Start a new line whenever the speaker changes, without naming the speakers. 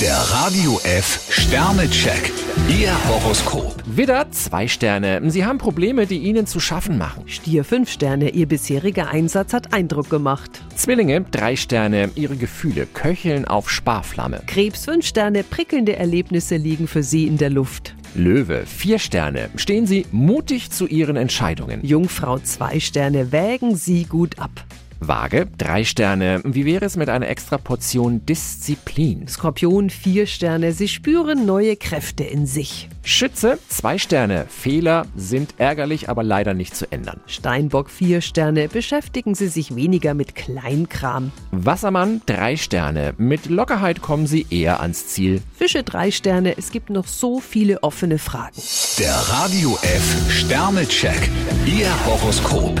Der Radio F Sternecheck. Ihr Horoskop.
Widder, zwei Sterne. Sie haben Probleme, die Ihnen zu schaffen machen.
Stier 5 Sterne, Ihr bisheriger Einsatz hat Eindruck gemacht.
Zwillinge, drei Sterne. Ihre Gefühle köcheln auf Sparflamme.
Krebs 5 Sterne, prickelnde Erlebnisse liegen für Sie in der Luft.
Löwe, vier Sterne. Stehen Sie mutig zu Ihren Entscheidungen.
Jungfrau 2 Sterne, wägen Sie gut ab.
Waage, drei Sterne. Wie wäre es mit einer extra Portion Disziplin?
Skorpion 4 Sterne, Sie spüren neue Kräfte in sich.
Schütze, zwei Sterne. Fehler sind ärgerlich, aber leider nicht zu ändern.
Steinbock 4 Sterne, beschäftigen Sie sich weniger mit Kleinkram.
Wassermann, drei Sterne. Mit Lockerheit kommen Sie eher ans Ziel.
Fische 3 Sterne, es gibt noch so viele offene Fragen.
Der Radio F Sternecheck. Ihr Horoskop.